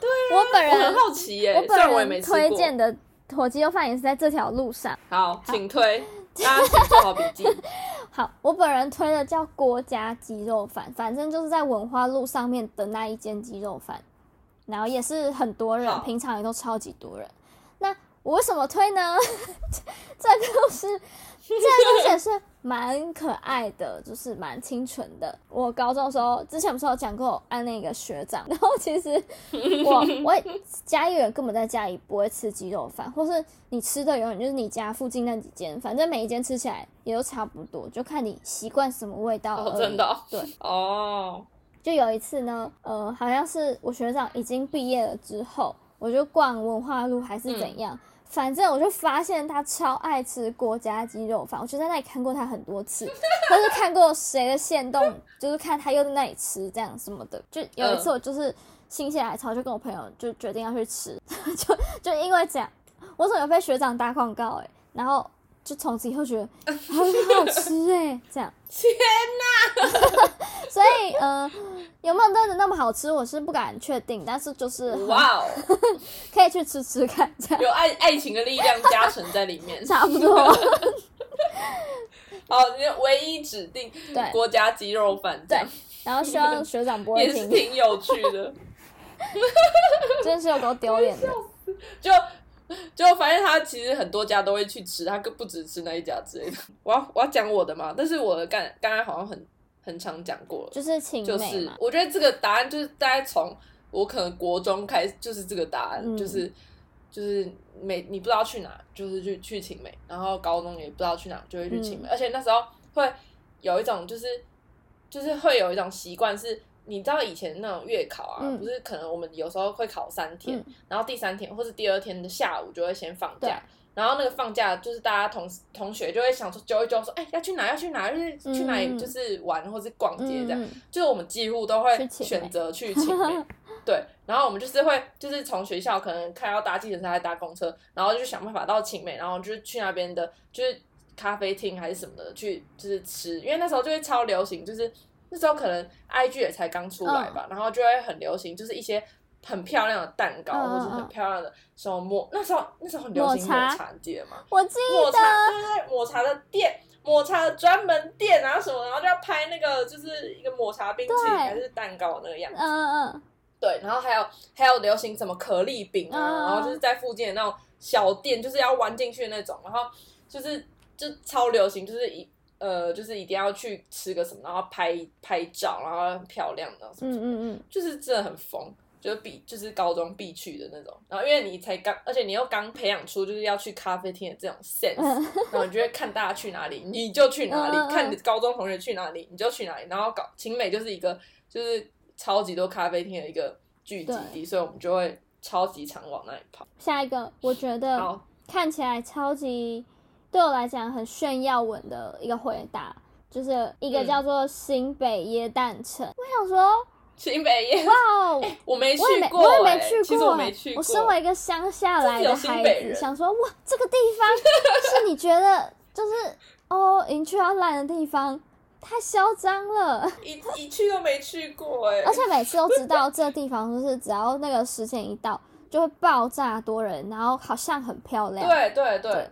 Speaker 2: 本
Speaker 1: 我
Speaker 2: 人
Speaker 1: 很好奇耶、
Speaker 2: 我
Speaker 1: 啊虽然我也
Speaker 2: 本
Speaker 1: 没
Speaker 2: 人
Speaker 1: 吃过
Speaker 2: 推荐的火鸡肉饭也是在这条路上。
Speaker 1: 好，请
Speaker 2: [laughs]
Speaker 1: 推，大家请做好笔记。
Speaker 2: 好，我本人推的叫郭家鸡肉饭，反正就是在文化路上面的那一间鸡肉饭，然后也是很多人
Speaker 1: 好，
Speaker 2: 平常也都超级多人。那我为什么推呢？ [laughs] 这个故事，这个故事也是蛮可爱的，就是蛮清纯的。我高中的时候，之前不是有讲过我暗恋一个学长，然后其实我 [laughs] 我家里人根本在家里不会吃鸡肉饭，或是你吃的永远就是你家附近那几间，反正每一间吃起来也都差不多，就看你习惯什么味道而已。
Speaker 1: 哦真的哦
Speaker 2: 对，
Speaker 1: 哦，
Speaker 2: 就有一次呢，呃，好像是我学长已经毕业了之后，我就逛文化路还是怎样，反正我就发现他超爱吃国家鸡肉饭，我就在那里看过他很多次， [laughs] 或是看过谁的线动，就是看他又在那里吃这样什么的。就有一次我就是心血来潮，就跟我朋友就决定要去吃， [laughs] 就就因为这样，我总有被学长打广告哎、然后就从此以后觉
Speaker 1: [laughs]
Speaker 2: 得啊很好吃哎、这样。
Speaker 1: 天
Speaker 2: [laughs] 所以，呃，有没有真的那么好吃，我是不敢确定，但是就是
Speaker 1: 哇哦，
Speaker 2: 可以去吃吃看，这样。
Speaker 1: 有爱爱情的力量加成在里面
Speaker 2: [laughs] 差不多。
Speaker 1: 哦，你唯一指定
Speaker 2: 对
Speaker 1: 国家鸡肉饭，
Speaker 2: 对，然后希望学长不会
Speaker 1: 也是
Speaker 2: 听，
Speaker 1: 挺有趣的。
Speaker 2: 真的是有够丢脸的。
Speaker 1: 就就发现他其实很多家都会去吃，他更不只吃那一家之类的。我要我要讲我的嘛，但是我的刚刚才好像很很常讲过了，
Speaker 2: 就是
Speaker 1: [laughs]
Speaker 2: 情
Speaker 1: 就
Speaker 2: 美
Speaker 1: 是
Speaker 2: 嘛，
Speaker 1: 我觉得这个答案就是大概从我可能国中开始就是这个答案，
Speaker 2: 嗯
Speaker 1: 就是就是每你不知道去哪，就是去去晴美，然后高中也不知道去哪，就会去晴美，
Speaker 2: 嗯
Speaker 1: 而且那时候会有一种就是就是会有一种习惯是。你知道以前那种月考啊，
Speaker 2: 嗯
Speaker 1: 不是可能我们有时候会考三天，
Speaker 2: 嗯
Speaker 1: 然后第三天或是第二天的下午就会先放
Speaker 2: 对
Speaker 1: 假，然后那个放假就是大家同同学就会想说揪一揪说，哎、要去哪要去哪，就是去哪
Speaker 2: 嗯
Speaker 1: 里就是玩或是逛街这样，
Speaker 2: 嗯，嗯
Speaker 1: 就是我们几乎都
Speaker 2: 去
Speaker 1: 会
Speaker 2: 请
Speaker 1: 选择去请
Speaker 2: [laughs]
Speaker 1: 美，对，然后我们就是会就是从学校可能看要搭计程车还是搭公车，然后就想办法到请美，然后就是去那边的，就是咖啡厅还是什么的去就是吃，因为那时候就会超流行，就是那时候可能 IG 也才刚出来
Speaker 2: 嗯
Speaker 1: 吧，然后就会很流行，就是一些。很漂亮的蛋糕，
Speaker 2: 嗯嗯
Speaker 1: 或者很漂亮的什么抹，那时候那时候很流行
Speaker 2: 抹茶
Speaker 1: 抹茶，你记得吗？
Speaker 2: 我记
Speaker 1: 抹
Speaker 2: 得
Speaker 1: 茶，对对对，抹茶的店，抹茶的专门店啊什么，然后就要拍那个就是一个抹茶冰淇淋
Speaker 2: 对
Speaker 1: 还是蛋糕那个样
Speaker 2: 嗯
Speaker 1: 子。
Speaker 2: 嗯嗯，
Speaker 1: 对，然后还有还有流行什么可丽饼啊，
Speaker 2: 嗯
Speaker 1: 然后就是在附近的那种小店，就是要玩进去的那种，然后就是就超流行，就是一。呃，就是一定要去吃个什么，然后拍拍照，然后很漂亮的，什么什么
Speaker 2: 嗯嗯嗯，
Speaker 1: 就是真的很疯，就是必就是高中必去的那种。然后因为你才刚，而且你又刚培养出就是要去咖啡厅的这种 sense，
Speaker 2: 嗯
Speaker 1: 然后你就会看大家去哪里，你就去哪里；
Speaker 2: 嗯嗯嗯
Speaker 1: 看你高中同学去哪里，你就去哪里。然后搞晴美就是一个就是超级多咖啡厅的一个聚集地，所以我们就会超级常往那里跑。
Speaker 2: 下一个我觉得
Speaker 1: 好，
Speaker 2: 看起来超级对我来讲很炫耀文的一个回答，就是一个
Speaker 1: 嗯
Speaker 2: 叫做新北耶诞城。我想说，
Speaker 1: 新北耶，
Speaker 2: 哇哦！
Speaker 1: [laughs] 我没嗯去
Speaker 2: 我也没，
Speaker 1: 过、欸，
Speaker 2: 我也没去过、哎
Speaker 1: 其实我没去过。
Speaker 2: 我身为一个乡下
Speaker 1: 自
Speaker 2: 来的
Speaker 1: 己有
Speaker 2: 孩
Speaker 1: 新北
Speaker 2: 子，
Speaker 1: 人
Speaker 2: 想说哇，这个地
Speaker 1: [laughs]
Speaker 2: 方是你觉得就是哦，已经去到烂的地方，太嚣张
Speaker 1: [laughs]
Speaker 2: 了。
Speaker 1: 一一去都没去过、欸，
Speaker 2: 而且每次都知道这地方就是只要那个时间一到，就会爆炸多人，然后好像很漂亮。
Speaker 1: 对对
Speaker 2: 对
Speaker 1: 对。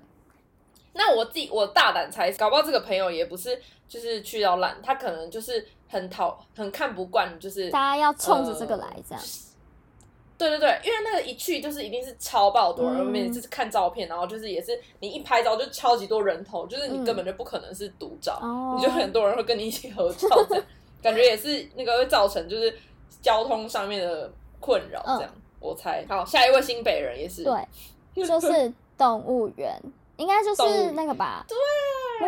Speaker 1: 那我自己我大胆猜，搞不好这个朋友也不是就是去到烂，他可能就是很讨很看不惯，就是
Speaker 2: 大家要冲着这个
Speaker 1: 呃
Speaker 2: 来，这样、
Speaker 1: 对对对，因为那个一去就是一定是超爆多人，
Speaker 2: 嗯
Speaker 1: 每次看照片，然后就是也是你一拍照就超级多人头，就是
Speaker 2: 嗯
Speaker 1: 你根本就不可能是独照，
Speaker 2: 哦
Speaker 1: 你就很多人会跟你一起合照，这
Speaker 2: [laughs]
Speaker 1: 样感觉也是那个会造成就是交通上面的困扰，这样、我猜。好，下一位新北人也是，
Speaker 2: 嗯对，就是动物园，应该就
Speaker 1: [laughs] 动物
Speaker 2: 是
Speaker 1: 园
Speaker 2: 那个吧，
Speaker 1: 对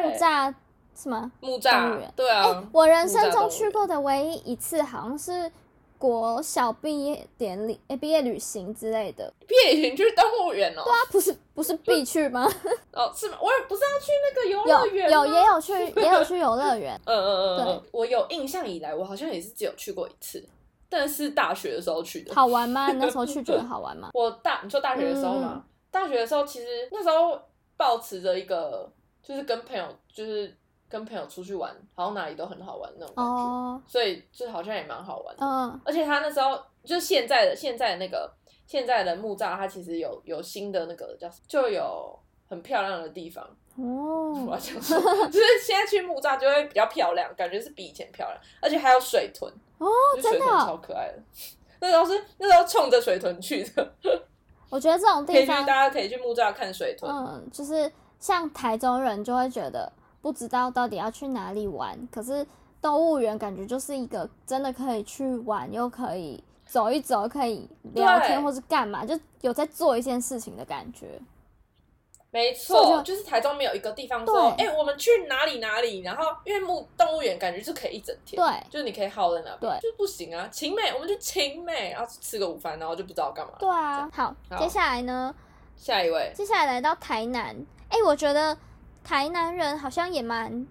Speaker 2: 木栅什么？
Speaker 1: 木
Speaker 2: 动物
Speaker 1: 栅
Speaker 2: 园，哎
Speaker 1: 对啊，
Speaker 2: 我人
Speaker 1: 木
Speaker 2: 生
Speaker 1: 栅动
Speaker 2: 中
Speaker 1: 物
Speaker 2: 去
Speaker 1: 园
Speaker 2: 过的唯一一次，好像是国小毕业典礼、哎诶毕业旅行之类的。
Speaker 1: 毕业旅行去动物园哦，
Speaker 2: 啊，不是不是必去
Speaker 1: [laughs]
Speaker 2: 吗？
Speaker 1: 哦，是吗？我也不是要去那个游乐
Speaker 2: 有
Speaker 1: 园
Speaker 2: 有
Speaker 1: 吗
Speaker 2: 也
Speaker 1: [laughs]
Speaker 2: 有去也有去游乐园，
Speaker 1: 嗯嗯嗯嗯
Speaker 2: 对
Speaker 1: 嗯，我有印象以来，我好像也是只有去过一次，但是大学的时候去的。
Speaker 2: 好玩吗？你那时候去觉得好玩
Speaker 1: [laughs]
Speaker 2: 吗？
Speaker 1: 我大你说大学的时候嘛，
Speaker 2: 嗯
Speaker 1: 大学的时候其实那时候保持着一个就是跟朋友就是跟朋友出去玩，好像哪里都很好玩那种感觉，
Speaker 2: 哦，
Speaker 1: 所以就好像也蛮好玩的。
Speaker 2: 嗯
Speaker 1: 而且他那时候就是现在的现在的那个现在的木栅，它其实有有新的那个叫什么就有很漂亮的地方。我
Speaker 2: 哦，
Speaker 1: 要讲什么？就是现在去木栅就会比较漂亮，感觉是比以前漂亮，而且还有水豚
Speaker 2: 哦
Speaker 1: 就水
Speaker 2: 真
Speaker 1: 豚
Speaker 2: 的哦
Speaker 1: [laughs]
Speaker 2: [laughs]
Speaker 1: 超可爱的。那时候是那时候冲着水豚去的，
Speaker 2: 我觉得这种
Speaker 1: 可以
Speaker 2: 地
Speaker 1: 去大
Speaker 2: 方，
Speaker 1: 家可以去木栅看水豚，
Speaker 2: 嗯，就是像台中人就会觉得不知道到底要去哪里玩，可是动物园感觉就是一个真的可以去玩，又可以走一走，可以聊天
Speaker 1: 对
Speaker 2: 或是干嘛，就有在做一件事情的感觉。
Speaker 1: 没
Speaker 2: 所以
Speaker 1: 错
Speaker 2: 我，
Speaker 1: 就是台中没有一个地方说，哎、
Speaker 2: 对
Speaker 1: 我们去哪里哪里，然后因为木动物园感觉就可以一整天，
Speaker 2: 对，
Speaker 1: 就是你可以耗在那边，
Speaker 2: 对
Speaker 1: 就不行啊。晴美，我们去晴美，然后吃个午饭，然后就不知道干嘛。
Speaker 2: 对啊，好，
Speaker 1: 好
Speaker 2: 接下来呢？
Speaker 1: 下一位，
Speaker 2: 接下来来到台南，哎、我觉得台南人好像也蛮，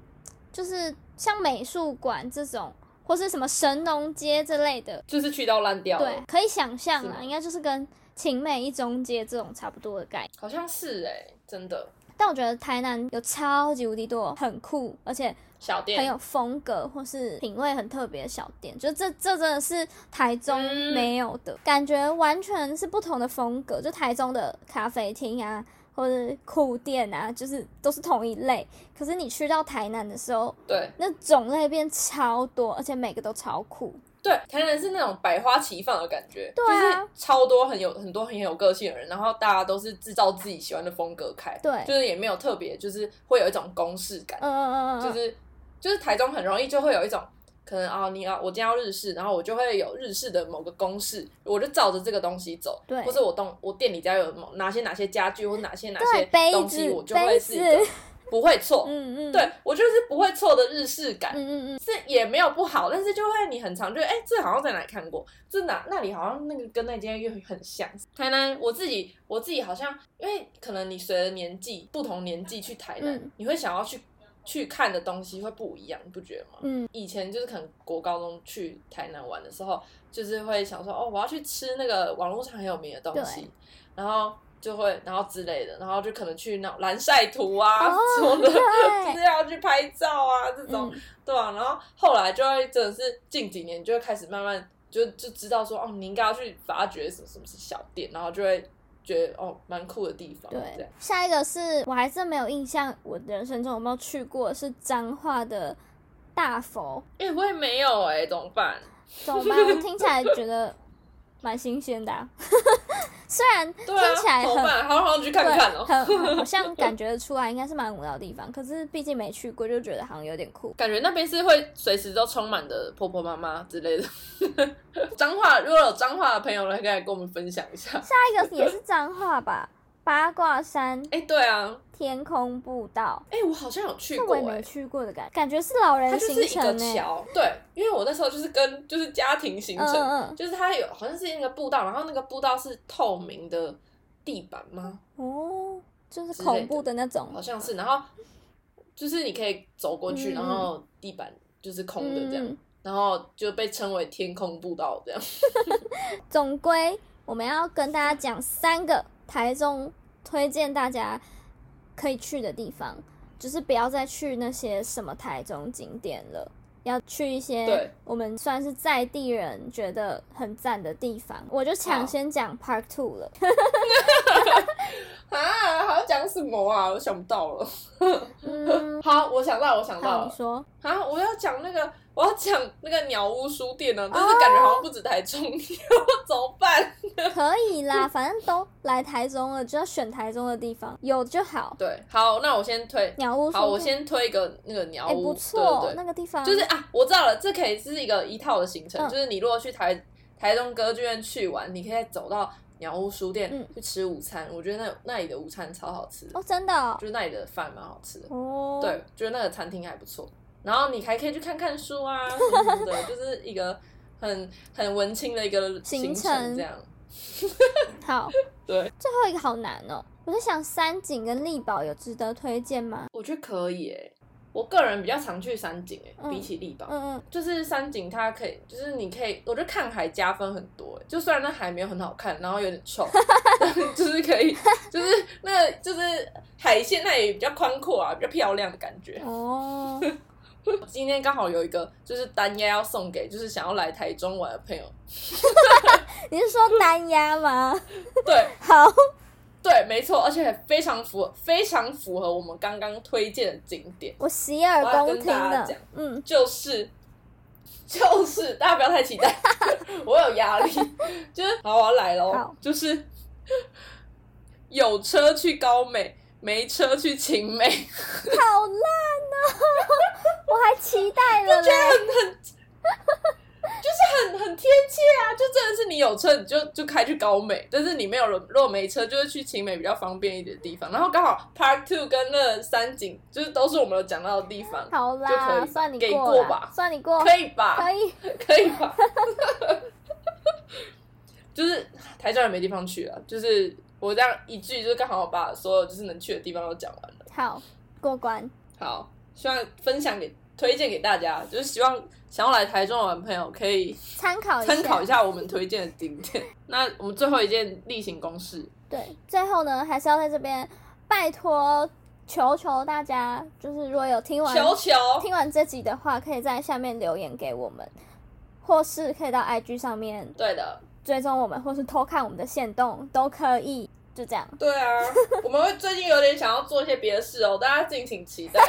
Speaker 2: 就是像美术馆这种，或是什么神农街这类的，
Speaker 1: 就是去到烂掉
Speaker 2: 对
Speaker 1: 了，，
Speaker 2: 可以想象
Speaker 1: 是
Speaker 2: 啦，
Speaker 1: 吗
Speaker 2: 应该就是跟晴美一中街这种差不多的概念。
Speaker 1: 好像是哎、真的
Speaker 2: 但我觉得台南有超级无敌多很酷，而且
Speaker 1: 小店
Speaker 2: 很有风格或是品味很特别的小店，就这这真的是台中
Speaker 1: 嗯
Speaker 2: 没有的、感觉，完全是不同的风格。就台中的咖啡厅啊，或者酷店啊，就是都是同一类。可是你去到台南的时候，
Speaker 1: 对
Speaker 2: 那种类变超多，而且每个都超酷。
Speaker 1: 对，台南是那种百花齐放的感觉，
Speaker 2: 对啊
Speaker 1: 就是超多很有很多很有个性的人，然后大家都是制造自己喜欢的风格开，
Speaker 2: 对
Speaker 1: 就是也没有特别，就是会有一种公式感，
Speaker 2: 嗯嗯嗯嗯，
Speaker 1: 就
Speaker 2: 嗯
Speaker 1: 是就是台中很容易就会有一种可能啊，你啊，我今天要日式，然后我就会有日式的某个公式，我就照着这个东西走，
Speaker 2: 对
Speaker 1: 或者我东我店里家有某哪些哪些家具或哪些哪
Speaker 2: 对
Speaker 1: 些
Speaker 2: 杯
Speaker 1: 东西，
Speaker 2: 子
Speaker 1: 我就
Speaker 2: 杯
Speaker 1: 会是一
Speaker 2: 子
Speaker 1: 个不会错，
Speaker 2: 嗯嗯，
Speaker 1: 对我就是不会错的日式感，
Speaker 2: 嗯嗯嗯，
Speaker 1: 这也没有不好，但是就会你很常觉得，哎、这好像在哪里看过，这哪那里好像那个跟那间又很像。台南，我自己我自己好像，因为可能你随着年纪不同年纪去台南，
Speaker 2: 嗯
Speaker 1: 你会想要去去看的东西会不一样，你不觉得吗？
Speaker 2: 嗯，
Speaker 1: 以前就是可能国高中去台南玩的时候，就是会想说，哦，我要去吃那个网络上很有名的东西
Speaker 2: 对，
Speaker 1: 然后。就会，然后之类的，然后就可能去那种蓝晒图啊、
Speaker 2: 哦
Speaker 1: 什么的，
Speaker 2: 对 [laughs]
Speaker 1: 就是要去拍照啊这种。
Speaker 2: 嗯
Speaker 1: 对啊，然后后来就会真的是近几年就会开始慢慢就就知道说哦，你应该要去发掘什么什么是小店，然后就会觉得哦蛮酷的地方，这
Speaker 2: 对
Speaker 1: 样，
Speaker 2: 下一个是我还真没有印象，我的人生中有没有去过是彰化的大佛，
Speaker 1: 哎、我也没有哎、怎么办？
Speaker 2: 懂吗？我听起来觉得蛮新鲜的啊、虽然听
Speaker 1: 对啊，
Speaker 2: 起来
Speaker 1: 怎
Speaker 2: 很、
Speaker 1: 么办？好好去 [laughs] 看看
Speaker 2: 对，
Speaker 1: 哦，
Speaker 2: 很很好像感觉出来应该是蛮无聊的地方，可是毕竟没去过，就觉得好像有点酷。
Speaker 1: 感觉那边是会随时都充满的婆婆妈妈之类的。 [laughs] 脏话，如果有脏话的朋友来，可以来跟我们分享一下。
Speaker 2: 下一个也是彰化吧，八卦山
Speaker 1: 哎、对啊，
Speaker 2: 天空步道，
Speaker 1: 哎、我好像有去
Speaker 2: 这
Speaker 1: 过
Speaker 2: 我也
Speaker 1: 哎、
Speaker 2: 没去过的感觉，感觉是老
Speaker 1: 它
Speaker 2: 人
Speaker 1: 就是
Speaker 2: 行
Speaker 1: 一个
Speaker 2: 程欸呢、
Speaker 1: 桥，对，因为我那时候就是跟就是家庭行
Speaker 2: 嗯
Speaker 1: 程，
Speaker 2: 嗯
Speaker 1: 就是它有好像是那个步道，然后那个步道是透明的地板吗？
Speaker 2: 嗯，哦，就是
Speaker 1: 之类的
Speaker 2: 恐怖的那种，
Speaker 1: 好像是，然后就是你可以走过去，
Speaker 2: 嗯
Speaker 1: 然后地板就是空的这样，
Speaker 2: 嗯
Speaker 1: 然后就被称为天空步道这样。
Speaker 2: 总归我们要跟大家讲三个台中推荐大家可以去的地方，就是不要再去那些什么台中景点了。要去一些
Speaker 1: 对
Speaker 2: 我们算是在地人觉得很赞的地方，我就抢
Speaker 1: 好
Speaker 2: 先讲 Park Two 了。
Speaker 1: [laughs] 啊，还要讲什么啊？我想不到了。
Speaker 2: 嗯，
Speaker 1: 好，我想到了，我想到
Speaker 2: 好，你
Speaker 1: 了。
Speaker 2: 说，
Speaker 1: 啊，我要讲那个，我要讲那个鸟屋书店呢、但是感觉好像不止台中有， [laughs] 怎么办？
Speaker 2: 可以啦， [laughs] 反正都来台中了，就要选台中的地方，有就好。
Speaker 1: 对，好，那我先推。
Speaker 2: 鸟屋
Speaker 1: 好，
Speaker 2: 书
Speaker 1: 我
Speaker 2: 店，
Speaker 1: 先推一个那个鸟
Speaker 2: 哎，
Speaker 1: 屋，
Speaker 2: 不
Speaker 1: 对
Speaker 2: 错
Speaker 1: 对，对
Speaker 2: 那个地方
Speaker 1: 就是啊，我知道了，这可以是一个一套的行程，
Speaker 2: 嗯
Speaker 1: 就是你如果去台台中歌剧院去玩，你可以再走到鸟屋书店、
Speaker 2: 嗯
Speaker 1: 去吃午餐，我觉得那那里的午餐超好吃的，
Speaker 2: 哦，真的哦
Speaker 1: 就是那里的饭蛮好吃的，
Speaker 2: 哦，
Speaker 1: 对，觉得那个餐厅还不错。然后你还可以去看看书啊什么什么
Speaker 2: [laughs]
Speaker 1: 的，就是一个很很文青的一个
Speaker 2: 行
Speaker 1: 行
Speaker 2: 程
Speaker 1: 这样。
Speaker 2: 好，
Speaker 1: [laughs] 对，
Speaker 2: 最后一个好难哦。我在想，三井跟力宝有值得推荐吗？
Speaker 1: 我觉得可以诶、我个人比较常去山景诶、
Speaker 2: 嗯
Speaker 1: 比起力宝。
Speaker 2: 嗯嗯，
Speaker 1: 就是山景，它可以，就是你可以，我觉得看海加分很多欸。就虽然那海没有很好看，然后有点臭，但就是可以，就是那个就是海线那也比较宽阔啊，比较漂亮的感觉。 [laughs]
Speaker 2: 哦，
Speaker 1: 今天刚好有一个就是单压要送给就是想要来台中玩的朋友，
Speaker 2: 你是说单压
Speaker 1: [laughs]
Speaker 2: 吗？
Speaker 1: 对
Speaker 2: 好，
Speaker 1: 对，没错，而且非常符合非常符合我们刚刚推荐的景点，
Speaker 2: 我洗耳恭听
Speaker 1: 我要跟大
Speaker 2: 呢
Speaker 1: 家讲。
Speaker 2: 嗯，
Speaker 1: 就是 [laughs] 就是，大家不要太期待，我有压力。就是好，我要来喽
Speaker 2: 好，
Speaker 1: 就是 [laughs] 有车去高美，没车去晴美， [laughs]
Speaker 2: 好烂哦！我还期待了嘞，
Speaker 1: 就是很很贴切啊！就真的是你有车，你就就开去高美；但是你没有人，如果没车，就是去晴美比较方便一点的地方。然后刚好 Park Two 跟那三井，就是都是我们有讲到的地方，
Speaker 2: 好
Speaker 1: 就可
Speaker 2: 啦，
Speaker 1: 以
Speaker 2: 算你
Speaker 1: 给
Speaker 2: 过
Speaker 1: 过
Speaker 2: 啦
Speaker 1: 吧
Speaker 2: 算你过，
Speaker 1: 可以吧？
Speaker 2: 可以，
Speaker 1: 可以吧？ [laughs] 就是台中也没地方去了，就是我这样一句，就是刚好把所有就是能去的地方都讲完了。
Speaker 2: 好过关。
Speaker 1: 好，希望分享给推荐给大家，就是希望想要来台中的玩朋友可以
Speaker 2: 参考一下，
Speaker 1: 参考一下我们推荐的景 [laughs] 点。那我们最后一件例行公事，
Speaker 2: 对，最后呢，还是要在这边拜托求求大家，就是如果有听完
Speaker 1: 球球
Speaker 2: 听完这集的话，可以在下面留言给我们，或是可以到 IG 上面
Speaker 1: 对的，
Speaker 2: 追踪我们，或是偷看我们的线动都可以。就这样，
Speaker 1: 对 [laughs] 啊，我们会最近有点想要做一些别的事哦，大家敬请期待。